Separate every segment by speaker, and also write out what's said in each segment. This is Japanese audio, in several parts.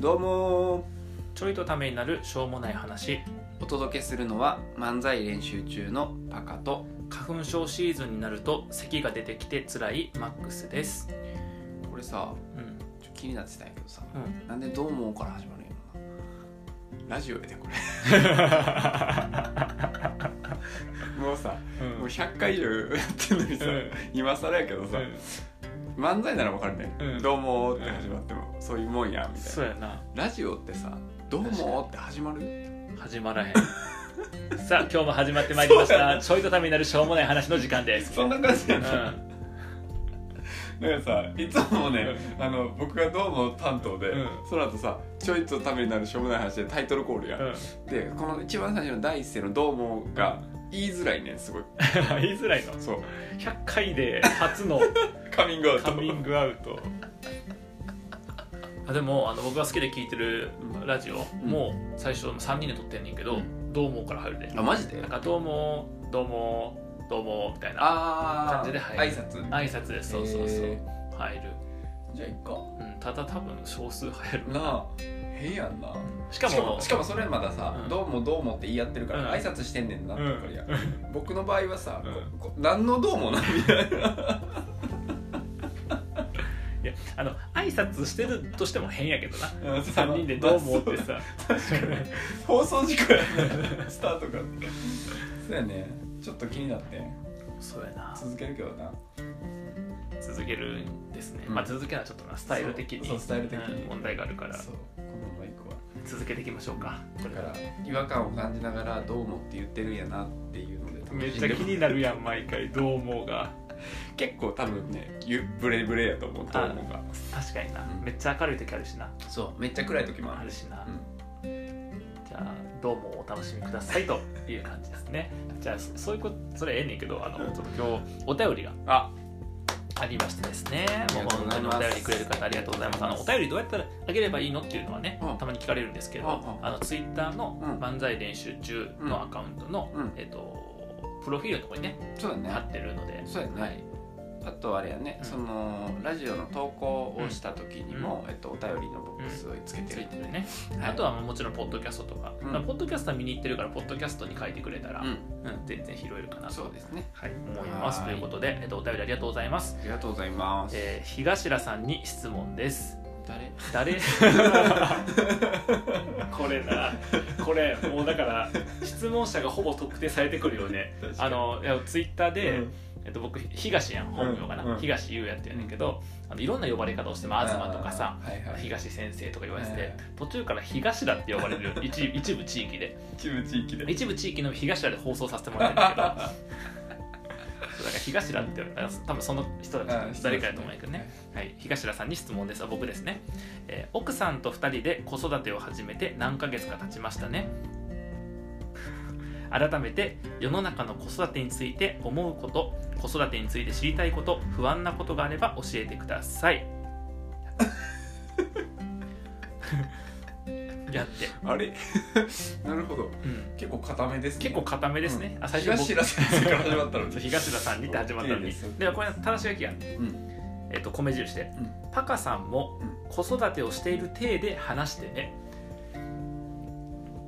Speaker 1: どうも
Speaker 2: ちょいとためになるしょうもない話
Speaker 1: お届けするのは漫才練習中のパカと
Speaker 2: 花粉症シーズンになると咳が出てきて辛いマックスです
Speaker 1: これさ
Speaker 2: うん
Speaker 1: ちょっと気になってたんやけどさ
Speaker 2: うん
Speaker 1: なんで「どうも」から始まるんやろなラジオやで これもうさ
Speaker 2: うん
Speaker 1: もう100回以上やってんのにさ、
Speaker 2: うん
Speaker 1: 今更やけどさ、漫才ならわかるね、
Speaker 2: うん
Speaker 1: どうも」って始まっても、そういうもんやみたい
Speaker 2: そう
Speaker 1: な
Speaker 2: やな
Speaker 1: ラジオってさ「どうも」って始まる
Speaker 2: 始まらへん さあ今日も始まってまいりまし
Speaker 1: そうや
Speaker 2: た
Speaker 1: な
Speaker 2: ちょいとためになるしょうもない話の時間です
Speaker 1: そんな感じや
Speaker 2: うん
Speaker 1: な、だからさいつもね、あの僕が「どうも」担当で、
Speaker 2: うん
Speaker 1: その後さちょいとためになるしょうもない話でタイトルコールや、ん
Speaker 2: うん
Speaker 1: でこの一番最初の第一声の「どうも」が言いづらいねんすごい
Speaker 2: 言いづらいの
Speaker 1: そう
Speaker 2: 100回で初の
Speaker 1: カミングアウト
Speaker 2: カミングアウトあでもあの僕が好きで聞いてるラジオ
Speaker 1: ん
Speaker 2: も最初の3人で撮ってんねんけど「
Speaker 1: う
Speaker 2: どうも」から入るで
Speaker 1: あマジで
Speaker 2: なんか「どうもどうもどうも」みたいな
Speaker 1: あー
Speaker 2: 感じで入る
Speaker 1: 挨拶
Speaker 2: 挨拶ですそうそうそう
Speaker 1: へ
Speaker 2: 入る、
Speaker 1: じゃあいっか
Speaker 2: うん、ただ多分少数入る
Speaker 1: なあ変やんな
Speaker 2: しかも
Speaker 1: しかもしかもそれまださ
Speaker 2: う
Speaker 1: 「
Speaker 2: ん
Speaker 1: どうもどうも」って言い合ってるか
Speaker 2: うん
Speaker 1: ら挨拶してんねんなって
Speaker 2: う
Speaker 1: ばっかり や、
Speaker 2: ん、
Speaker 1: 僕の場合はさ、
Speaker 2: うん
Speaker 1: ここ何の「どうも」なんみたいない
Speaker 2: やあの挨拶してるとしても変や けどな3
Speaker 1: 3
Speaker 2: 人で「どうも」ってさ
Speaker 1: 放送事故やねスタートがそうやねちょっと気になって
Speaker 2: そうやな
Speaker 1: 続けるけどな
Speaker 2: 続けるんですね、
Speaker 1: うん
Speaker 2: まあ続けるのはちょっとなスタイル的に
Speaker 1: そうそうスタイル的に
Speaker 2: うん問題があるから
Speaker 1: そうこのままいくわ
Speaker 2: 続けていきましょうかこ
Speaker 1: だ
Speaker 2: れ
Speaker 1: か
Speaker 2: からら
Speaker 1: 違和感を感じながら「どうも」って言ってるんやなっていうので楽しんで
Speaker 2: めっちゃ気になるやん毎回「どうも」が
Speaker 1: 結構多分ねゆブレブレやと思うと思うが
Speaker 2: 確かにな、
Speaker 1: うん
Speaker 2: めっちゃ明るい時あるしな
Speaker 1: そうめっちゃ暗い時も
Speaker 2: あ
Speaker 1: ある
Speaker 2: るしな、
Speaker 1: うん
Speaker 2: じゃあどうもお楽しみくださいという感じですねじゃあそそういうことそれええねんけどあのちょっと今日お便りが
Speaker 1: あ
Speaker 2: ありましてですねもう
Speaker 1: ありがとう
Speaker 2: 本
Speaker 1: ご
Speaker 2: 当
Speaker 1: ざいます
Speaker 2: にお便りくれる方ありがとうございますあのお便りどうやったらあげればいいのっていうのはね、
Speaker 1: うん
Speaker 2: たまに聞かれるんですけど、
Speaker 1: うんうん
Speaker 2: あのツイッターの
Speaker 1: うん
Speaker 2: 漫才練習中のアカウントの、
Speaker 1: うん
Speaker 2: えっとプロフィールのところにね
Speaker 1: そうだ
Speaker 2: 貼
Speaker 1: ね
Speaker 2: ってるので
Speaker 1: そうやね
Speaker 2: はい
Speaker 1: あとあれやね、
Speaker 2: うん
Speaker 1: そのラジオの投稿をした時にも、えっと、お便りのボックスをつけて
Speaker 2: つい
Speaker 1: る、
Speaker 2: てるね、
Speaker 1: はい
Speaker 2: あとはもちろんポッドキャストとか、
Speaker 1: うん
Speaker 2: まあポッドキャストは見に行ってるからポッドキャストに書いてくれたら、
Speaker 1: うん
Speaker 2: うん全然拾えるかなと
Speaker 1: そうですね
Speaker 2: はい、思います
Speaker 1: は
Speaker 2: と
Speaker 1: い
Speaker 2: いうことで、えっと、お便りありがとうございます、
Speaker 1: ありがとうございます、
Speaker 2: えー、東らさんに質問です
Speaker 1: 誰
Speaker 2: 誰 これなこれもうだから質問者がほぼ特定されてくるよねあのいやツイッターで、えっと、僕東やん本名かな、
Speaker 1: うんうん
Speaker 2: 東優也って言うんだけど、あのいろんな呼ばれ方をしてま
Speaker 1: あ
Speaker 2: す東とかさ
Speaker 1: はいはい
Speaker 2: 東先生とか言われてて、
Speaker 1: はいはい
Speaker 2: 途中から東田って呼ばれる一部一部地域で
Speaker 1: 一部地域で
Speaker 2: 一部地域の東田で放送させてもらってるんだけど そうだから東田って言われたら多分その人たち誰かやと思うんやけどね、はい、東田さんに質問ですあ僕ですね、えー奥さんと2人で子育てを始めて何ヶ月か経ちましたね 改めて世の中の子育てについて思うこと子育てについて知りたいこと不安なことがあれば教えてください やって、
Speaker 1: あれ なるほど
Speaker 2: うん、
Speaker 1: 結構固めですね
Speaker 2: 結構固めですね、
Speaker 1: う
Speaker 2: あ
Speaker 1: ん
Speaker 2: 最初僕
Speaker 1: 東田先生から始まった のに
Speaker 2: 東田さんにって始まったの
Speaker 1: いい
Speaker 2: に
Speaker 1: ですよ
Speaker 2: でこれ正しい書きが、
Speaker 1: うん
Speaker 2: えっと米印で、
Speaker 1: うん
Speaker 2: パカさんも
Speaker 1: うん
Speaker 2: 子育てをしている体で話してね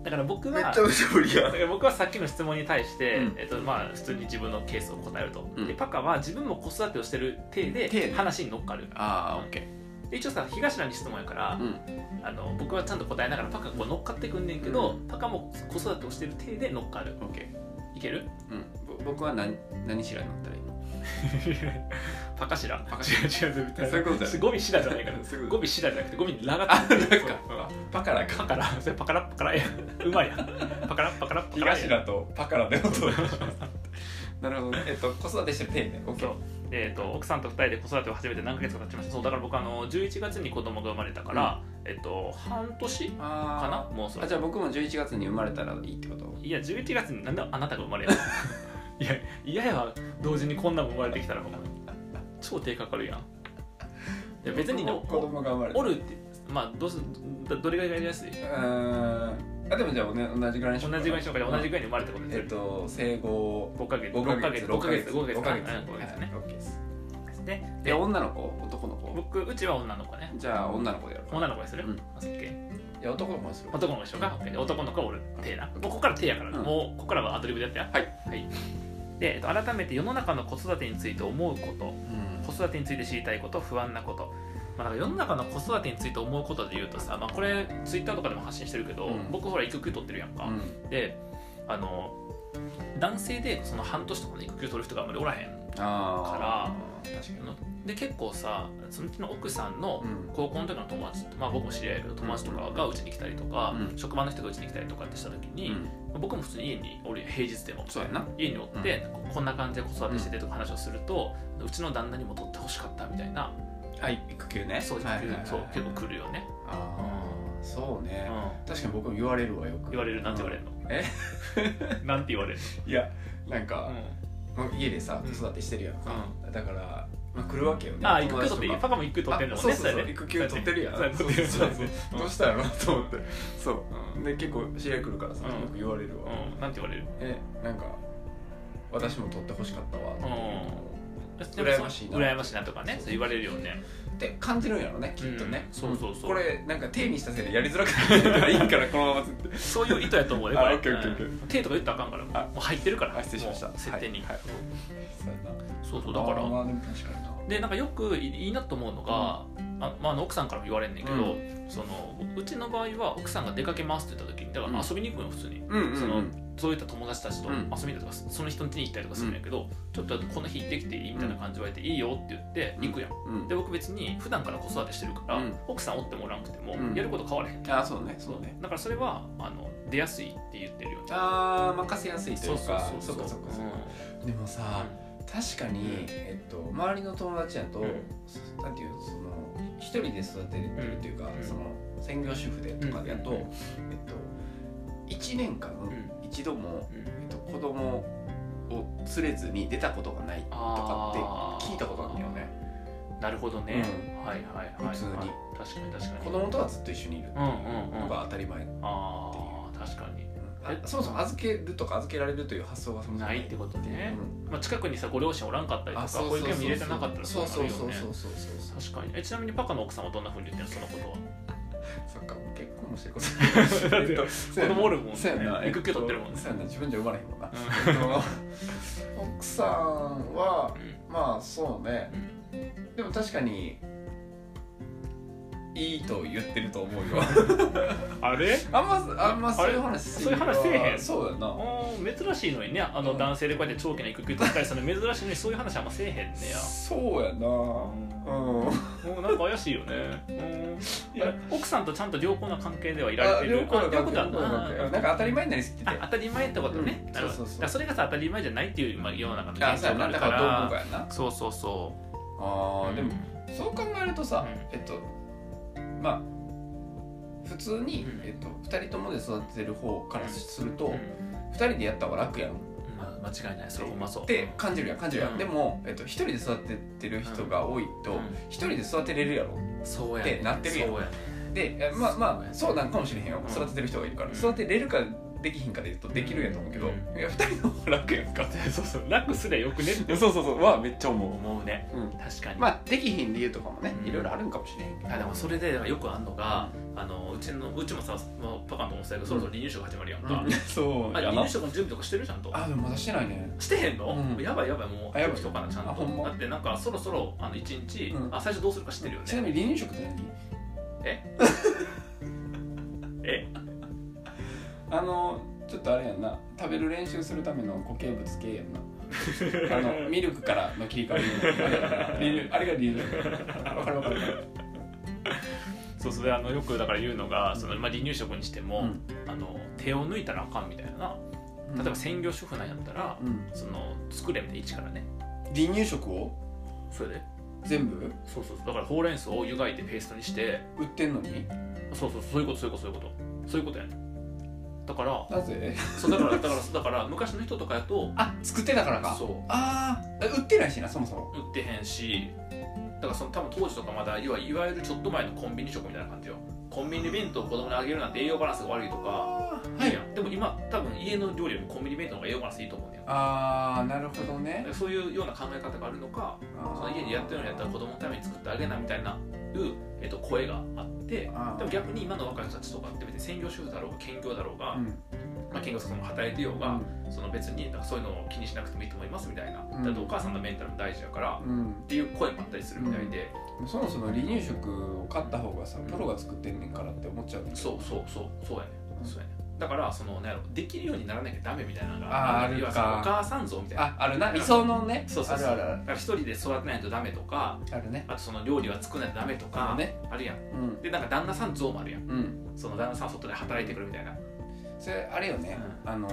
Speaker 2: だから僕
Speaker 1: めっ
Speaker 2: は
Speaker 1: ちゃ無茶ぶりや
Speaker 2: だから僕はさっきの質問に対して、
Speaker 1: うん
Speaker 2: えっとまあ、普通に自分のケースを答えると、
Speaker 1: うん
Speaker 2: でパカは自分も子育てをしてる
Speaker 1: 体
Speaker 2: 体で
Speaker 1: で
Speaker 2: 話に乗っかる
Speaker 1: ああオッケー
Speaker 2: で一応さ東田に質問やから、
Speaker 1: うん
Speaker 2: あの僕はちゃんと答えながらパカがこう乗っかってくんねんけど、パカも子育てをしてる体で乗っかる
Speaker 1: オッケー
Speaker 2: いける
Speaker 1: うんぼ僕は何何しらになったらいいの
Speaker 2: パカシラ
Speaker 1: パカシ
Speaker 2: 違う違う違 う
Speaker 1: そういうことだよ
Speaker 2: ゴミシラじゃないから
Speaker 1: そういうこ
Speaker 2: ゴ
Speaker 1: と
Speaker 2: ミシラじゃなくてゴミにラが
Speaker 1: あなん
Speaker 2: る
Speaker 1: かパカラ
Speaker 2: パ
Speaker 1: か
Speaker 2: カラそれパカラパカラやうまいなパカラパカラパカラや
Speaker 1: 東だとパカラで音がし ますなるほどねえっと子育てしてる手ねオッケ
Speaker 2: そ
Speaker 1: ー
Speaker 2: うでえっと奥さんと二人で子育てを始めて何ヶ月か経ちましたそうだから僕あの11月に子供が生まれたから、えっと半年か
Speaker 1: あ
Speaker 2: なもうそ
Speaker 1: ー
Speaker 2: れ
Speaker 1: あじゃあ僕も11月に生まれたらいいってこと
Speaker 2: いや11月になんであなたが生 まれるいや嫌やわ同時にこんなんも生まれてきたらお前超手かかるやんいや別にね
Speaker 1: 僕も子供が生まれた
Speaker 2: おるってまあどうすどどれぐらいがやりやすいう
Speaker 1: ーんあでもじゃあおね同じぐらいにし
Speaker 2: 同
Speaker 1: よう
Speaker 2: じぐらいにしようかじゃあ同じ
Speaker 1: ぐ
Speaker 2: ぐらいに生まれたことにす
Speaker 1: え
Speaker 2: る
Speaker 1: っと生後
Speaker 2: 5ヶ月
Speaker 1: 5ヶ月
Speaker 2: 5ヶ月5ヶ月
Speaker 1: 5ヶ月
Speaker 2: 5ヶ月
Speaker 1: か
Speaker 2: か
Speaker 1: うん
Speaker 2: 5ヶ月
Speaker 1: はい
Speaker 2: ね
Speaker 1: オッケーです
Speaker 2: で
Speaker 1: で
Speaker 2: で
Speaker 1: 女の子男男の子
Speaker 2: 僕うちは女の子ね
Speaker 1: じゃあ女の子でやるか
Speaker 2: 女の子にする、
Speaker 1: うん
Speaker 2: オッケー
Speaker 1: いや男の子にする
Speaker 2: 男の子にしようか、オッケーで男の子は俺手なもうここから手やから、
Speaker 1: うん
Speaker 2: もうここからはアドリブでやってや
Speaker 1: はい、
Speaker 2: はいでえっと改めて世の中の子育てについて思うこと
Speaker 1: うん
Speaker 2: 子育てについて知りたいこと不安なこと、まあ、なんか世の中の子育てについて思うことで言うとさ、まあ、これツイッターとかでも発信してるけど、
Speaker 1: うん
Speaker 2: 僕ほら育休取ってるやんか、
Speaker 1: うん
Speaker 2: であの男性でその半年とかの育休取る人があんまりおらへん
Speaker 1: あー確か
Speaker 2: ので結構さそのうちの奥さんの
Speaker 1: にうん
Speaker 2: 高校の時の友達、まあ、僕も知り合いやけど友達とかがうちに来たりとか、
Speaker 1: うん
Speaker 2: 職場の人がうちに来たりとかってした時に、
Speaker 1: うん
Speaker 2: 僕も普通に家におるやん平日でも
Speaker 1: そうやな
Speaker 2: 家におって、ここんな感じで子育てしててとか話をすると、うちの旦那にも取ってほしかったみたいな
Speaker 1: はい育休ね
Speaker 2: そう,、
Speaker 1: はいはいはい
Speaker 2: そう結構来るよね、
Speaker 1: ああそう
Speaker 2: う
Speaker 1: ね
Speaker 2: ん、
Speaker 1: 確かに僕も言われるわよく
Speaker 2: 言われるなんて言われるの、
Speaker 1: え
Speaker 2: なんて言われる
Speaker 1: いやなん
Speaker 2: の、
Speaker 1: か、まあ、家でさ
Speaker 2: うん
Speaker 1: 子育てしてるやんか、だから、まあ、来るわけよね
Speaker 2: ああ育休取ってパ
Speaker 1: パ
Speaker 2: パも育休取ってんのもん
Speaker 1: そう
Speaker 2: ね
Speaker 1: そうそ
Speaker 2: れ
Speaker 1: う
Speaker 2: ね
Speaker 1: 育休取ってるやん
Speaker 2: そう取ってる
Speaker 1: そう
Speaker 2: そ
Speaker 1: そうう
Speaker 2: そう
Speaker 1: どうしたやろなと思ってそううんで結構知り合い来るからさ、
Speaker 2: うん
Speaker 1: よく言われるわ、
Speaker 2: うんなんて言われる
Speaker 1: えなんか私も取ってほしかったわって,、
Speaker 2: でも
Speaker 1: 羨ましいな
Speaker 2: そう羨ましいなとかね
Speaker 1: そう
Speaker 2: そう言われるよね
Speaker 1: って感じるんやろねきっとね、
Speaker 2: うんそうそうそう
Speaker 1: これなんか手にしたせいでやりづらくなってるからいいんからこのままずっと
Speaker 2: そういう意図やと思うよこれ
Speaker 1: あオッケーオッケーオッケー
Speaker 2: うん手とか言ったらあかんから
Speaker 1: あ
Speaker 2: もう入ってるから
Speaker 1: あ失礼しました
Speaker 2: もう設定に、
Speaker 1: はいはいそうやな
Speaker 2: そうそうだから
Speaker 1: あーまあでも確かにな
Speaker 2: でなんかよくいいなと思うのが、あまあ、あの奥さんからも言われんねんけど、
Speaker 1: う
Speaker 2: そのうちの場合は奥さんが出かけますって言った時にだから遊びに行くのよ普通に、
Speaker 1: うんうんうん
Speaker 2: そのそういった友達たちと
Speaker 1: うん
Speaker 2: 遊びに行ったりとか、その人の家に行ったりとかするんやけど、ちょっとこの日行ってきていいみたいな感じで言われて、いいよって言って行くやん、
Speaker 1: うん
Speaker 2: で僕別に普段から子育てしてるから、
Speaker 1: うん
Speaker 2: 奥さんおってもおらんくても、
Speaker 1: うん
Speaker 2: やること変わらへん
Speaker 1: あーそうねそうね
Speaker 2: だからそれはあの出やすいって言ってるよね
Speaker 1: あー任せやすいというか
Speaker 2: そうそう
Speaker 1: か
Speaker 2: そ
Speaker 1: そううかそうかでもさ、確かに、
Speaker 2: うん
Speaker 1: えっと、周りの友達やと、
Speaker 2: うん
Speaker 1: そなんていうのその一人で育ててるっていうか、
Speaker 2: うん
Speaker 1: その専業主婦でとかやと、
Speaker 2: うん
Speaker 1: えっと、1年間
Speaker 2: ん
Speaker 1: 一度も、
Speaker 2: うんう
Speaker 1: え
Speaker 2: ん
Speaker 1: っと、子供を連れずに出たことがないとか
Speaker 2: あ
Speaker 1: って
Speaker 2: ー
Speaker 1: 聞いたことあるんだよね
Speaker 2: なるほどね、はいはいはい、はい、
Speaker 1: 普通に
Speaker 2: 確かに確かに
Speaker 1: 子供とはずっと一緒にいる
Speaker 2: うんうんう
Speaker 1: の
Speaker 2: んあ
Speaker 1: が当たり前、
Speaker 2: あー確かに
Speaker 1: あ
Speaker 2: え
Speaker 1: そもそも預けるとか預けられるという発想がそもそも
Speaker 2: ないってことね
Speaker 1: う、ん
Speaker 2: まあ、近くにさご両親おらんかったりとか保育園も入れてなかったら
Speaker 1: そう
Speaker 2: な
Speaker 1: そう
Speaker 2: るよ
Speaker 1: そう
Speaker 2: ね
Speaker 1: そうそうそうそう
Speaker 2: 確かにえちなみにパカの奥さんはどんなふうに言ってんのそのことは
Speaker 1: そっかもう結婚もしてること
Speaker 2: だって
Speaker 1: えっと
Speaker 2: 子供おるもんね
Speaker 1: そうやな
Speaker 2: 育休取ってるもんね
Speaker 1: そうやな自分じゃ生まれへんもんな
Speaker 2: うん
Speaker 1: えっと奥さんは
Speaker 2: うん
Speaker 1: まあそうね
Speaker 2: うん
Speaker 1: でも確かにいいと言ってると思うよ
Speaker 2: あれ
Speaker 1: あんまあんまそういう話
Speaker 2: そういう話せえへん
Speaker 1: そうやな
Speaker 2: あー珍しいのにねあの
Speaker 1: うん
Speaker 2: 男性でこうやって長期の育休取ったりするの珍しいのにそういう話あんませえへんね
Speaker 1: そうやなう
Speaker 2: や
Speaker 1: ん
Speaker 2: もうなんか怪しいよね。
Speaker 1: いや
Speaker 2: 奥さんとちゃんと良好な関係ではいられ
Speaker 1: あ
Speaker 2: てる。
Speaker 1: 良好な
Speaker 2: あ良好
Speaker 1: 関係
Speaker 2: だ
Speaker 1: 良好な関係なんか当たり前になりすぎてて
Speaker 2: あ当たり前ってことね。
Speaker 1: うん
Speaker 2: なるほ
Speaker 1: そ
Speaker 2: ど
Speaker 1: うそうそう
Speaker 2: だからそれがさ当たり前じゃないっていうまあ世の中の
Speaker 1: あ
Speaker 2: 現
Speaker 1: そうや
Speaker 2: 象が
Speaker 1: な
Speaker 2: ある
Speaker 1: だ
Speaker 2: か
Speaker 1: から
Speaker 2: ら。
Speaker 1: どう思うかやな
Speaker 2: そうそうそう。
Speaker 1: あーでも
Speaker 2: う
Speaker 1: そう考えるとさ、
Speaker 2: う
Speaker 1: えっとまあ普通に、
Speaker 2: うん
Speaker 1: えっと、2人ともで育ててる方からする
Speaker 2: ん
Speaker 1: と、2人でやった方が楽やんっ
Speaker 2: うんまあ間違いない。それうまそう。
Speaker 1: て感じるやん感じるやん、
Speaker 2: うん
Speaker 1: でも、えっと、1人で育ててる人が多いと、
Speaker 2: うん
Speaker 1: 一1人で育てれるやろ
Speaker 2: そうや
Speaker 1: ってなってるやん
Speaker 2: そうやね。
Speaker 1: でえまあまあ
Speaker 2: そ
Speaker 1: そうなんかもしれへんよ
Speaker 2: うん
Speaker 1: 育ててる人がいるから、
Speaker 2: うん
Speaker 1: 育てれるかできひんかで言うとできるやと思うけど、
Speaker 2: うん
Speaker 1: いや2人の方が楽やんか
Speaker 2: そうそう楽すりゃよくねって
Speaker 1: そうそうそうはめっちゃ思
Speaker 2: 思うね。
Speaker 1: う、うん、
Speaker 2: 確かに。
Speaker 1: まあできひん理由とかもね、
Speaker 2: うん
Speaker 1: いろいろあるんかもしれへんけど
Speaker 2: あでもそれでよくあんのが、あのうちのうちもさ、まあ、パカのお世話がそろそろ離乳食始まるやんか、
Speaker 1: うんそう
Speaker 2: あ
Speaker 1: や
Speaker 2: 離
Speaker 1: な
Speaker 2: 乳食の準備とかしてるちゃんと
Speaker 1: あでもまだしてないね
Speaker 2: してへんの、
Speaker 1: うん
Speaker 2: やばいやばいもう
Speaker 1: あやばい
Speaker 2: 時とかなちゃん
Speaker 1: あほん
Speaker 2: と、
Speaker 1: ま
Speaker 2: だってなんかそろそろあの一日、
Speaker 1: うん
Speaker 2: あ最初どうするか知ってるよ
Speaker 1: ちな
Speaker 2: ね
Speaker 1: みに離乳食って何
Speaker 2: え
Speaker 1: あのちょっとあれやんな食べる練習するための固形物系やんな あのミルクからの切り替わりのあれやから離乳 あれが離乳食わかるわかる
Speaker 2: そうそれあのよくだから言うのがその、まあ、離乳食にしても、
Speaker 1: うん
Speaker 2: あの手を抜いたらあかんみたいな例えば専業主婦なんやったら、
Speaker 1: うん
Speaker 2: その作れみたいな一からね
Speaker 1: 離乳食を
Speaker 2: それで
Speaker 1: 全部
Speaker 2: そうそうそうだからほうれん草を湯がいてペーストにして
Speaker 1: 売ってんのに
Speaker 2: そうそうそういうことそういうことそういうことそういうことやねだから
Speaker 1: なぜ
Speaker 2: そうだからだからだから昔の人とかやと
Speaker 1: あ作ってたからか
Speaker 2: そう
Speaker 1: ああ売ってないしなそもそも
Speaker 2: 売ってへんしだからその多分当時とかまだ要はいわゆるちょっと前のコンビニ食みたいな感じよコンビニ弁当を子供にあげるなんて栄養バランスが悪いとか
Speaker 1: はい
Speaker 2: い
Speaker 1: い
Speaker 2: やんでも今多分家の料理よりもコンビニ弁当の方が栄養バランスいいと思うんだよ
Speaker 1: あーなるほど
Speaker 2: だ
Speaker 1: ね
Speaker 2: からそういうような考え方があるのかその家でやってるのやったら子供のために作ってあげなみたいないう、えっと、声があって
Speaker 1: あー
Speaker 2: でも逆に今の若い人たちとかって別に専業主婦だろうが兼業だろうが、
Speaker 1: うん
Speaker 2: まあ、兼業その働いてようが、その別になんかそういうのを気にしなくてもいいと思いますみたいな、
Speaker 1: ん
Speaker 2: だってお母さんのメンタルも大事やから、っ
Speaker 1: うん、
Speaker 2: ていう声もあったりするみたいで、
Speaker 1: うん、そもそも離乳食を買った方がさプロが作ってんねんからって思っちゃうね
Speaker 2: そうそうそうそうやねそうやねだからそのなんやろできるようにならなきゃダメみたいなの
Speaker 1: あ
Speaker 2: が
Speaker 1: ーあるか
Speaker 2: 要はそのお母さん像みたいな
Speaker 1: ああるな理想のね
Speaker 2: そうそうそう
Speaker 1: あるある
Speaker 2: だから一人で育てないとダメとか
Speaker 1: あるあるね
Speaker 2: あとその料理は作らないとダメと
Speaker 1: あ
Speaker 2: か
Speaker 1: のね
Speaker 2: あるやん
Speaker 1: うん
Speaker 2: でなんか旦那さん像もあるやん
Speaker 1: うん
Speaker 2: その旦那さんは外で働いてくるみたいな
Speaker 1: それあれよね、
Speaker 2: う
Speaker 1: あの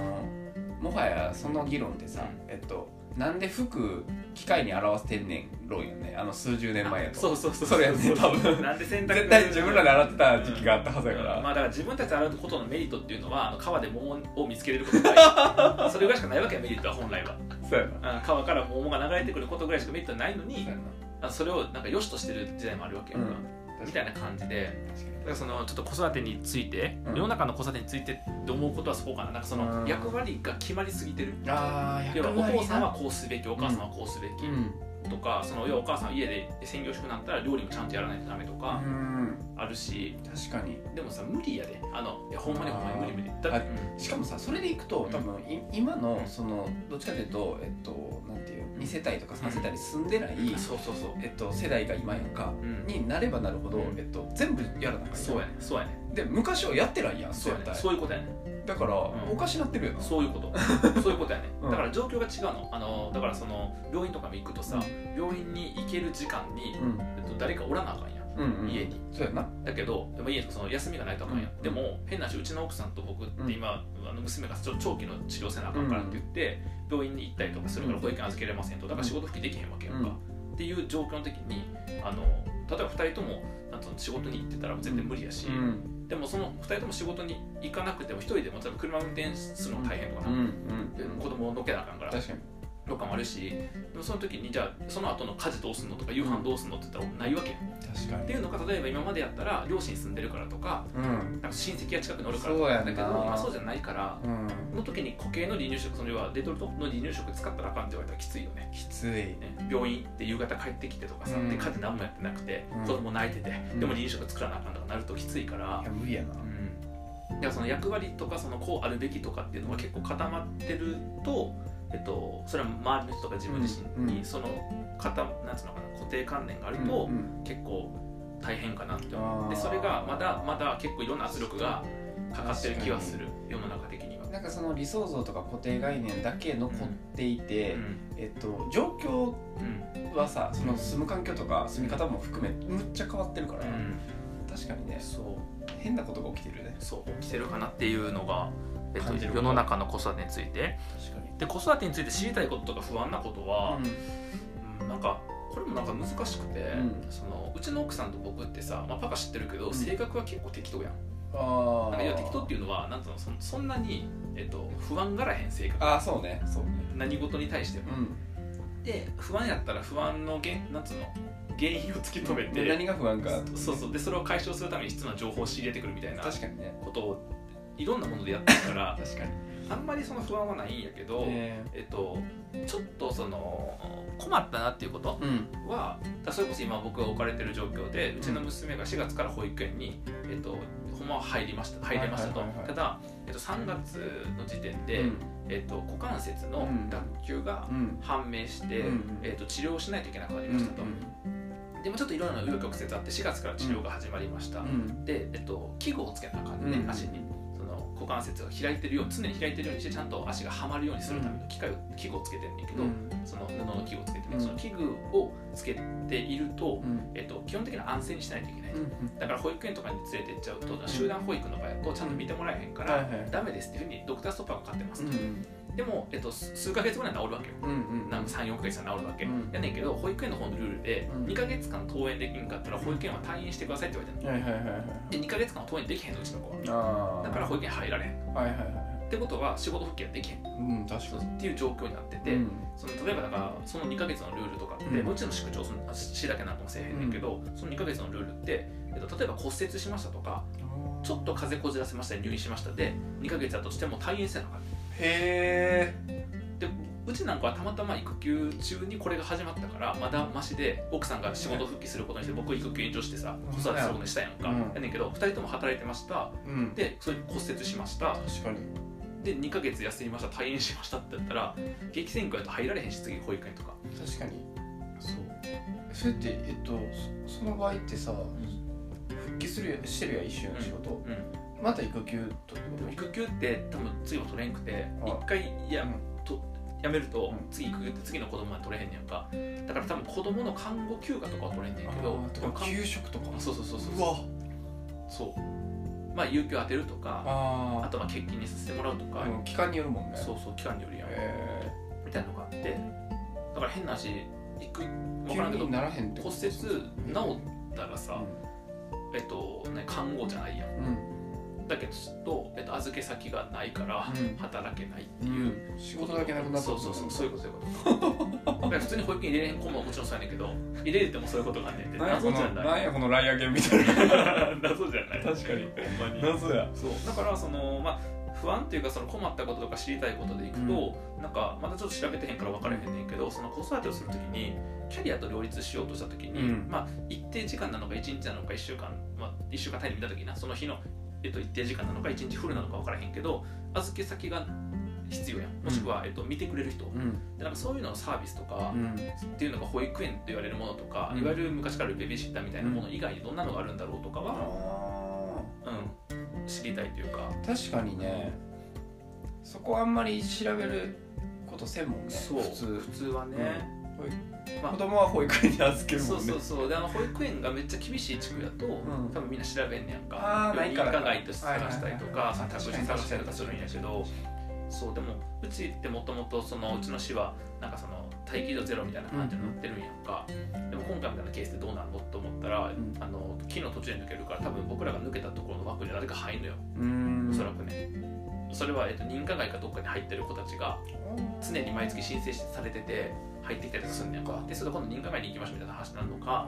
Speaker 1: もはやその議論ってさ、えっとなんで服機械に表してんねん論よねあの数十年前やと
Speaker 2: そうそうそう
Speaker 1: それやね
Speaker 2: うう
Speaker 1: 多分
Speaker 2: なんで洗濯
Speaker 1: 絶対自分らで洗ってた時期があったはずやから、
Speaker 2: まあだから自分たちで洗うことのメリットっていうの はあの川で桃を見つけれることぐ らいそれぐらいしかないわけやメリットは本来は
Speaker 1: そうやな
Speaker 2: あの川から桃が流れてくることぐらいしかメリットないのに
Speaker 1: そうやな
Speaker 2: あそれをなんか良しとしてる時代もあるわけやんか、
Speaker 1: うん
Speaker 2: みたいな感じで
Speaker 1: 確か
Speaker 2: だからそのちょっと子育てについて、
Speaker 1: うん
Speaker 2: 世の中の子育てについてって思うことはそうかななんかそ
Speaker 1: うん
Speaker 2: の役割が決まりすぎてる
Speaker 1: にああ
Speaker 2: 要はお父さんはこうすべきお母さんはこうすべ
Speaker 1: う
Speaker 2: き、
Speaker 1: ん
Speaker 2: とかその要はお母さんは家で専業主婦になったら料理もちゃんとやらないとダメとか
Speaker 1: うん
Speaker 2: あるし、
Speaker 1: 確かに
Speaker 2: でもさ無理やであのいやほんまにほんまに無理無理だ
Speaker 1: あ
Speaker 2: って、うん
Speaker 1: しかもさそれでいくと多分い今のそのどっちかというとえっとなんていう2世帯とか3世帯に住んでない、
Speaker 2: そうそうそう、
Speaker 1: えっと、世代が今やんか
Speaker 2: うん
Speaker 1: になればなるほど、
Speaker 2: うん
Speaker 1: えっと、全部やらなあかん
Speaker 2: そうやねそうやね
Speaker 1: で昔はやってないやん
Speaker 2: そうや
Speaker 1: 絶
Speaker 2: ね
Speaker 1: 対
Speaker 2: そういうことやね
Speaker 1: だから、
Speaker 2: ん
Speaker 1: おかしなってるよな
Speaker 2: そういうこと そういうことやね
Speaker 1: うん
Speaker 2: だから状況が違うのあのだからその病院とかも行くとさ病院に行ける時間に、
Speaker 1: うん
Speaker 2: えっと、誰かおらなあかんやん
Speaker 1: うんうん
Speaker 2: 家に
Speaker 1: そうやな
Speaker 2: だけどでも家とかその休みがないとあかんやん、
Speaker 1: うん
Speaker 2: でも変な話うちの奥さんと僕って今、あの娘がちょ長期の治療せなあかんからって言って、病院に行ったりとかするから
Speaker 1: うん
Speaker 2: 保育園預けれませんとだから仕事復帰できへんわけやんか、っていう状況の時にあの例えば2人ともなんかその仕事に行ってたら全然無理やし、
Speaker 1: うん
Speaker 2: でもその2人とも仕事に行かなくても1人でも例えば車運転するの大変とか
Speaker 1: う
Speaker 2: な、
Speaker 1: ん
Speaker 2: で
Speaker 1: うん
Speaker 2: 子供を乗っけなあかんから
Speaker 1: 確かに
Speaker 2: とかもあるしでもその時にじゃあその後の家事どうすんのとか夕飯どうすんのって言ったらないわけやん
Speaker 1: 確か
Speaker 2: っ
Speaker 1: に
Speaker 2: ていうのが例えば今までやったら両親住んでるからとか
Speaker 1: うん
Speaker 2: なんか親戚が近くにおるから
Speaker 1: そうや
Speaker 2: だ
Speaker 1: んな
Speaker 2: けど今そうじゃないから
Speaker 1: うん
Speaker 2: その時に固形の離乳食その要はレトルトの離乳食使ったらあかんって言われたらきついよね
Speaker 1: きつい
Speaker 2: ね病院行って夕方帰ってきてとかさ、
Speaker 1: うん
Speaker 2: で家事何もやってなくて、
Speaker 1: うん
Speaker 2: 子供泣いてて
Speaker 1: うん
Speaker 2: でも離乳食作らなあかんとかなるときついから
Speaker 1: いや、無理やな
Speaker 2: うん、だからその役割とかそのこうあるべきとかっていうのが結構固まってると、えっと、それは周りの人とか自分自身
Speaker 1: うん
Speaker 2: にその固なんつうのかな固定観念があると、
Speaker 1: うんうん
Speaker 2: 結構大変かなって
Speaker 1: あ
Speaker 2: 思
Speaker 1: ー
Speaker 2: うでそれがまだまだ結構いろんな圧力がかかってる気はする世の中的には。
Speaker 1: なんかその理想像とか固定概念だけ残っていて、
Speaker 2: うん
Speaker 1: えっと、状況
Speaker 2: うん
Speaker 1: はさその住む環境とか住み方も含めむっちゃ変わってるから、
Speaker 2: うん
Speaker 1: 確かにね
Speaker 2: そう
Speaker 1: 変なことが起きてるね
Speaker 2: そう起きてるかなっていうのが、えっと、
Speaker 1: 感じる
Speaker 2: 世の中の子育てについて
Speaker 1: 確かに
Speaker 2: で子育てについて知りたいこととか不安なことは、
Speaker 1: う
Speaker 2: うんなんかこれもなんか難しくて、
Speaker 1: ん
Speaker 2: そのうちの奥さんと僕ってさ、まあ、パパ知ってるけど、
Speaker 1: うん
Speaker 2: 性格は結構適当やん
Speaker 1: ん、あ
Speaker 2: なんかいや適当って
Speaker 1: いう
Speaker 2: いうのはなんつうのそんそんなに、えっと、不安がらへん性格
Speaker 1: ああそうねそうね
Speaker 2: 何事に対しても
Speaker 1: う
Speaker 2: で不安やったら不安のげなんつうの原因を突き止め
Speaker 1: んで
Speaker 2: て
Speaker 1: 何が不安かと
Speaker 2: そうそうでそれを解消するために必要な情報を仕入れてくるみたいなこ
Speaker 1: 確かにね
Speaker 2: とをいろんなものでやってる から
Speaker 1: 確かに
Speaker 2: あんまりその不安はないんやけど、
Speaker 1: え
Speaker 2: えっと、ちょっとその困ったなっていうこと
Speaker 1: ーうん
Speaker 2: はだそれこそ今僕が置かれてる状況でうちの娘が4月から保育園に、えっと、ほんまは入りました入れましたと、
Speaker 1: はいはいはいはい
Speaker 2: ただ、えっと、3月の時点で、
Speaker 1: うん
Speaker 2: えっと、股関節の
Speaker 1: うん
Speaker 2: 脱臼が
Speaker 1: うん
Speaker 2: 判明して、
Speaker 1: うん
Speaker 2: えっと、治療をしないといけなくなりましたと、でもちょっといろいろな紆余曲折あって4月から治療が始まりました、
Speaker 1: うん
Speaker 2: で、えっと、器具をつけなあかんでね、
Speaker 1: うん
Speaker 2: 足にその股関節が開いてるように常に開いてるようにしてちゃんと足がはまるようにするための機械を器具をつけてんねんけど、その布の器具をつけてね、
Speaker 1: うん
Speaker 2: その器具をつけていると
Speaker 1: うんう、ん
Speaker 2: えっと、基本的な安静にしないといけない、
Speaker 1: うん
Speaker 2: だから保育園とかに連れてっちゃうと集団保育の場合だとちゃんと見てもらえへんか
Speaker 1: はい
Speaker 2: ら、
Speaker 1: はい
Speaker 2: ダメですっていうふうにドクターストッパーがかかってます
Speaker 1: う
Speaker 2: と、
Speaker 1: ん
Speaker 2: でも、えっと、数数ヶ月後には治るわけよ
Speaker 1: うん
Speaker 2: なんか34ヶ月は治るわけ、
Speaker 1: うん
Speaker 2: やねんけど保育園の方のルールで
Speaker 1: うん
Speaker 2: 2ヶ月間登園できんかったら保育園は退園してくださいって言われてるの
Speaker 1: はいはいはいはい
Speaker 2: で2ヶ月間は登園できへんのうちの子
Speaker 1: あ
Speaker 2: は
Speaker 1: あ
Speaker 2: だから保育園入られへん
Speaker 1: はいはいはい
Speaker 2: ってことは仕事復帰はできへん
Speaker 1: うん確かに
Speaker 2: っていう状況になってて、
Speaker 1: うん
Speaker 2: その例えばだからその2ヶ月のルールとかって、
Speaker 1: うん
Speaker 2: もちろん宿長その市だけなんかもせえへんねんけど、その2ヶ月のルールって、えっと、例えば骨折しましたとかちょっと風邪こじらせました入院しましたで2ヶ月だとしても退院せなあかっ
Speaker 1: へ
Speaker 2: でうちなんかはたまたま育休中にこれが始まったからまだマシで奥さんが仕事復帰することにして僕育休延長してさ子育てすることにしたやんか、
Speaker 1: うん
Speaker 2: やねんけど2人とも働いてました
Speaker 1: えうん
Speaker 2: でそれ骨折しました
Speaker 1: 確かに
Speaker 2: で2ヶ月休みました退院しましたってやったら激戦区やと入られへんし次保育園とか
Speaker 1: 確かに
Speaker 2: そう
Speaker 1: それってえっとそその場合ってさ復帰するやしてるやん一週の仕事、
Speaker 2: う
Speaker 1: また育休とってこ
Speaker 2: ん、でも育休って多分次は取れんくて
Speaker 1: あ
Speaker 2: 一回いや、とやめると
Speaker 1: うん
Speaker 2: 次育休って次の子供は取れへんねやんかだから多分子供の看護休暇とかは取れんねんけど
Speaker 1: と
Speaker 2: でも
Speaker 1: か
Speaker 2: 看
Speaker 1: 給食とか
Speaker 2: あそうそうそうそう
Speaker 1: わ
Speaker 2: そうまあ有給当てるとか
Speaker 1: あ
Speaker 2: あ
Speaker 1: あ
Speaker 2: とは欠勤にさせてもらうとか、
Speaker 1: 期間によるもんね
Speaker 2: そうそう期間によるやん、
Speaker 1: へ
Speaker 2: みたいなのがあってだから変な話行く
Speaker 1: え
Speaker 2: 分からん
Speaker 1: 急に
Speaker 2: けど骨
Speaker 1: ならへんって
Speaker 2: 折治ったらさ、えっとね、看護じゃないやん
Speaker 1: うん、うん
Speaker 2: だけどちょっと、えっと、預け先がないから
Speaker 1: うん
Speaker 2: 働けないっていう、
Speaker 1: うん、仕事だけなくなった
Speaker 2: そうそうそうそういうことそういうことだから普通に保育園入れれん子ももちろんそうやねんけど入れれてもそういうことがあんねんって
Speaker 1: なんやこ
Speaker 2: 謎じゃ
Speaker 1: の
Speaker 2: ない
Speaker 1: なんやこのライアゲンみたいな
Speaker 2: 謎
Speaker 1: 確かに
Speaker 2: じゃないほんまに
Speaker 1: 謎や
Speaker 2: そうだからそのまあ不安というかその困ったこととか知りたいことでいくと、なんかまだちょっと調べてへんから分からへんねんけどその子育てをするときにキャリアと両立しようとしたときに、
Speaker 1: うん
Speaker 2: まあ一定時間なのか1日なのか1週間、まあ、1週間単位で見たときなその日の、えっと、一定時間なのか1日フルなのか分からへんけど預け先が必要やんもしくは、えっと、見てくれる人、
Speaker 1: うん
Speaker 2: でなんかそういうののサービスとか、
Speaker 1: うん
Speaker 2: っていうのが保育園と言われるものとか、
Speaker 1: うん
Speaker 2: いわゆる昔からあるベビーシッターみたいなもの以外にどんなのがあるんだろうとか
Speaker 1: あ
Speaker 2: は、うん、知りたいというか。
Speaker 1: ー確かにねそこあんまり調べることせんもんね
Speaker 2: そう
Speaker 1: 普通
Speaker 2: はね、
Speaker 1: 保育
Speaker 2: まあ
Speaker 1: 子供は保育園に預けるも
Speaker 2: そうん
Speaker 1: ね
Speaker 2: そうそうであの保育園がめっちゃ厳しい地区だと、
Speaker 1: ん
Speaker 2: 多分みんな調べんねやん
Speaker 1: あ
Speaker 2: か
Speaker 1: ーないから
Speaker 2: 認可外として探したりと
Speaker 1: は
Speaker 2: か
Speaker 1: いはいはい
Speaker 2: 託児探したりとかするんやけどそうでもうちってもともとそのうちの市はなんかその待機度ゼロみたいな感じになってるんやんか、でも今回みたいなケースでどうなんのと思ったら、
Speaker 1: ん
Speaker 2: あの木の途中で抜けるから多分僕らが抜けたところの枠に誰か入んのよ
Speaker 1: うーん
Speaker 2: おそらくね。それは、えっと、認可外かどっかに入ってる子たちが常に毎月申請されてて入ってきたりとかするんねやんかでそれが今度認可前に行きましょうみたいな話になるのか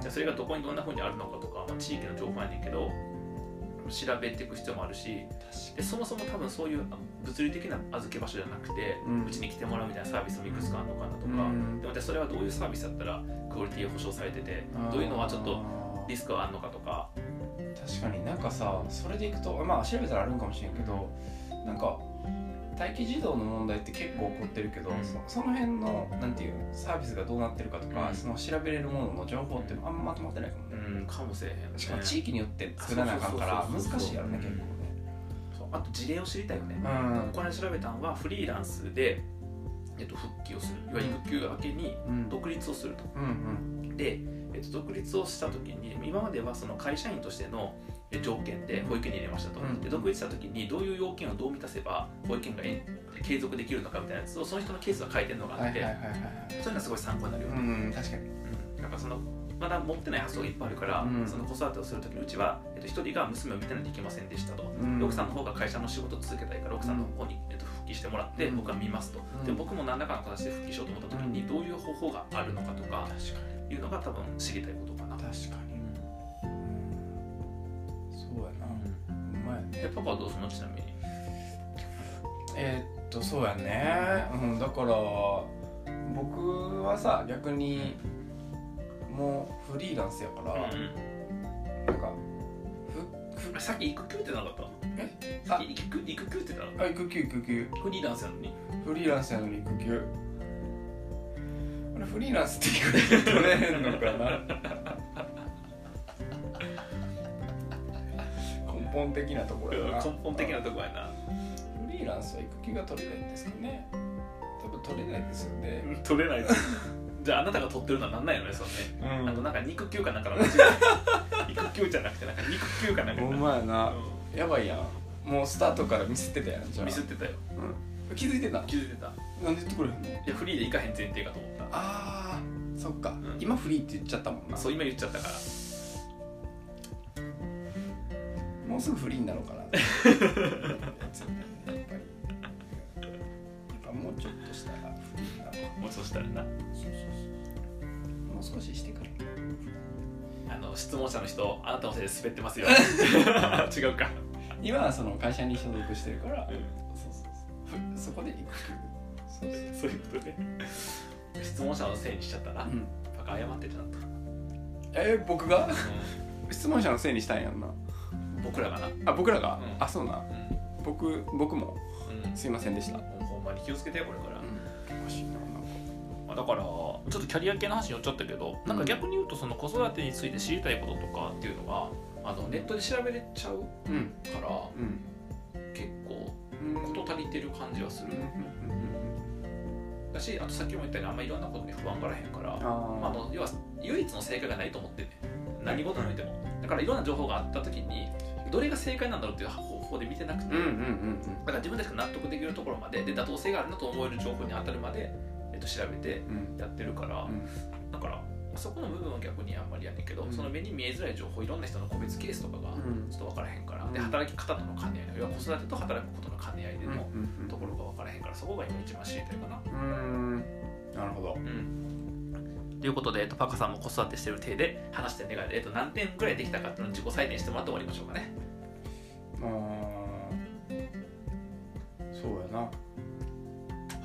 Speaker 2: じゃあそれがどこにどんなふうにあるのかとか、まあ、地域の情報やねんけど調べていく必要もあるしでそもそも多分そういうあ物理的な預け場所じゃなくて
Speaker 1: うん
Speaker 2: うち、に来てもらうみたいなサービスもいくつかあるのかなとか、
Speaker 1: うん
Speaker 2: でもじゃあそれはどういうサービスだったらクオリティが保証されてて
Speaker 1: あー
Speaker 2: どういうのはちょっとリスクがあるのかとか
Speaker 1: 確かになんかさそれでいくとまあ調べたらあるんかもしれんけどなんか待機児童の問題って結構起こってるけど、
Speaker 2: うん
Speaker 1: そその辺のなんていうサービスがどうなってるかとか、
Speaker 2: うん
Speaker 1: その調べれるものの情報ってあんままとまってないかもね、
Speaker 2: うんかもしれへんよね
Speaker 1: しかも地域によって作らなあかんから
Speaker 2: そうそうそうそ
Speaker 1: 難
Speaker 2: う
Speaker 1: しいやろね
Speaker 2: うん
Speaker 1: 結構ね
Speaker 2: そうあと事例を知りたいよね、
Speaker 1: うん
Speaker 2: この間調べたのはフリーランスで、えっと、復帰をするいわゆる育休明けに
Speaker 1: うん
Speaker 2: 独立をすると
Speaker 1: うん
Speaker 2: で、えっと、独立をした時に今まではその会社員としてのえ条件で保育園に入れましたと、
Speaker 1: うん
Speaker 2: で独立した時にどういう要件をどう満たせば保育園がえ継続できるのかみたいなやつをその人のケースが書いてるの
Speaker 1: うん
Speaker 2: が
Speaker 1: は
Speaker 2: あ
Speaker 1: い
Speaker 2: っ
Speaker 1: は
Speaker 2: て、
Speaker 1: いはいはい
Speaker 2: そういうのはすごい参考になるよ
Speaker 1: う
Speaker 2: ね、
Speaker 1: ん確かに
Speaker 2: うん、なんかそのまだ持ってない発想がいっぱいあるから、
Speaker 1: うん
Speaker 2: その子育てをする時にうちは、えっと、一人が娘を見てないといけませんでしたと、
Speaker 1: うん
Speaker 2: で奥さんの方が会社の仕事を続けたいから奥さんの方に、えっと、復帰してもらって、
Speaker 1: うん
Speaker 2: 僕は見ますと、
Speaker 1: うん
Speaker 2: で僕も何らかの形で復帰しようと思った時にどういう方法があるのかとか
Speaker 1: 確か
Speaker 2: いうのが多分知りたいことかな、
Speaker 1: に確かにうんそうやなうまいね
Speaker 2: えパパはどうするのちなみに
Speaker 1: えーっとそうやね、うん、だから僕はさ逆にもうフリーランスやから、なんか
Speaker 2: あさっき育休ってなかった
Speaker 1: え
Speaker 2: さっき育休育休ってなかっ
Speaker 1: あ育休育休
Speaker 2: たフリーランスやのに
Speaker 1: フリーランスやのに育休あれフリーランスって育休取れへんのかな 根本的なとこ
Speaker 2: 根
Speaker 1: ろやな
Speaker 2: 本的なとこやな
Speaker 1: フリーランスは育休が取れないんですかね多分取れないですよね、
Speaker 2: うん取れない じゃああなたが取ってるのはなんないよねそのね
Speaker 1: うん
Speaker 2: あとなんか肉球かなんかの 肉球じゃなくてなんか肉球かなんか
Speaker 1: ほんまやなやばいやんもうスタートからミスってたやんじゃあ
Speaker 2: うんミスってたよ
Speaker 1: うん、気づいてた
Speaker 2: 気づいてたい
Speaker 1: なんで言ってくれへんの
Speaker 2: やフリーで行かへん前提かと思った
Speaker 1: あーそっか、
Speaker 2: ん
Speaker 1: 今フリーって言っちゃったもんな
Speaker 2: そう今言っちゃったから
Speaker 1: もうすぐフリーになろうかなやっぱり
Speaker 2: もうそしたらな
Speaker 1: もう少ししてから
Speaker 2: あの質問者の人あなたのせいで滑ってます よ違うか
Speaker 1: 今はその会社に所属してるから
Speaker 2: うん
Speaker 1: そうそうそうふそこで行く
Speaker 2: そうそういうことね質問者のせいにしちゃったな
Speaker 1: うん
Speaker 2: バカ謝ってたなと、
Speaker 1: えー僕が質問者のせいにしたんやんな
Speaker 2: 僕らがな
Speaker 1: あ僕らが、
Speaker 2: うん
Speaker 1: あそうな
Speaker 2: うん、
Speaker 1: 僕僕も
Speaker 2: うん
Speaker 1: すいませんでした、うん、
Speaker 2: ほんまに気をつけてよこれから、
Speaker 1: おかしいななんか
Speaker 2: まあ、だからちょっとキャリア系の話に寄っちゃったけどなんか逆に言うとその子育てについて知りたいこととかっていうのはあのネットで調べれちゃう
Speaker 1: うん
Speaker 2: から
Speaker 1: うん
Speaker 2: 結構
Speaker 1: うん
Speaker 2: 事足りてる感じはするだしあとさっきも言ったようにあんまいろんなことに不安がらへんから
Speaker 1: あー
Speaker 2: まあ、あの要は唯一の正解がないと思ってんね何事においてもだからいろんな情報があった時にどれが正解なんだろうっていう方法で見てなくて、
Speaker 1: うんうん
Speaker 2: だ
Speaker 1: うん
Speaker 2: から自分たちが納得できるところまでで妥当性があるなと思える情報に当たるまで、えっと、調べて
Speaker 1: うんうん
Speaker 2: やってるから、
Speaker 1: うん
Speaker 2: だからそこの部分は逆にあんまりやねんけど、
Speaker 1: うん
Speaker 2: その目に見えづらい情報いろんな人の個別ケースとかが
Speaker 1: うん
Speaker 2: ちょっと分からへんから、で
Speaker 1: うん
Speaker 2: 働き方との兼ね合い要は子育てと働くことの兼ね合いでの
Speaker 1: うんうん
Speaker 2: ところが分からへんからそこが今一番知りたいかな。
Speaker 1: うーんなるほど
Speaker 2: ということで、えっと、パカさんも子育てしてる体で話して願いで、えっと、何点ぐらいできたかっていうのを自己採点してもらって終わりましょうかね。
Speaker 1: うーんそうやな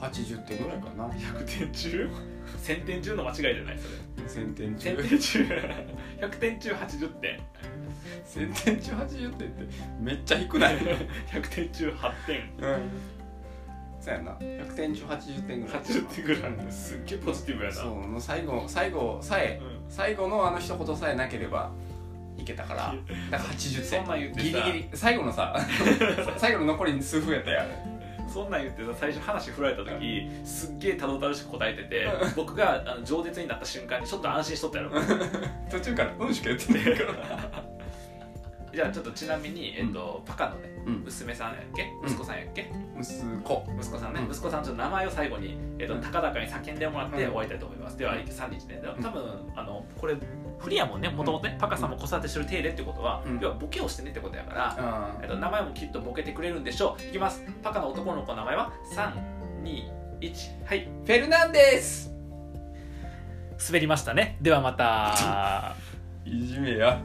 Speaker 1: 80点ぐらいかな
Speaker 2: 100点中 ?1000 点中の間違いじゃないそれ。
Speaker 1: 1000点中
Speaker 2: 1000点 中100点中80点。
Speaker 1: 1000点中80点ってめっちゃ低ない
Speaker 2: 100点中8点。
Speaker 1: うんそうやな100点中80点ぐらい
Speaker 2: 80点ぐら
Speaker 1: うん
Speaker 2: い。すっげえポジティブやな。
Speaker 1: そうもう最後最後さえ
Speaker 2: うん
Speaker 1: 最後のあの一言さえなければいけたからだから80点
Speaker 2: そんなん言ってさ
Speaker 1: ギリギリ最後のさ最後の残りに数分やったやん
Speaker 2: そんなん言ってさ最初話振られた時すっげえたどたどしく答えてて僕があの饒舌になった瞬間にちょっと安心しとったやろ
Speaker 1: 途中から「うん」しか言ってないから
Speaker 2: じゃあちょっとちなみに、えっとパカのね
Speaker 1: うん
Speaker 2: 娘さんやっけ
Speaker 1: ん
Speaker 2: 息子さんやっけ、
Speaker 1: 息子
Speaker 2: 息子さんね、
Speaker 1: うん
Speaker 2: 息子さんちょっと名前を最後に、えっと
Speaker 1: うん
Speaker 2: 高々に叫んでもらって
Speaker 1: うん
Speaker 2: 終わりたいと思います、では3日ね
Speaker 1: ん
Speaker 2: 多分あのこれ不利やもんねもともとね、パカさんも子育てしてる手入れってことは、
Speaker 1: うん
Speaker 2: 要はボケをしてねってことやから、
Speaker 1: あ
Speaker 2: えっと名前もきっとボケてくれるんでしょういきますパカの男の子の名前は321はい
Speaker 1: フェルナンデス
Speaker 2: 滑りましたねではまた
Speaker 1: いじめや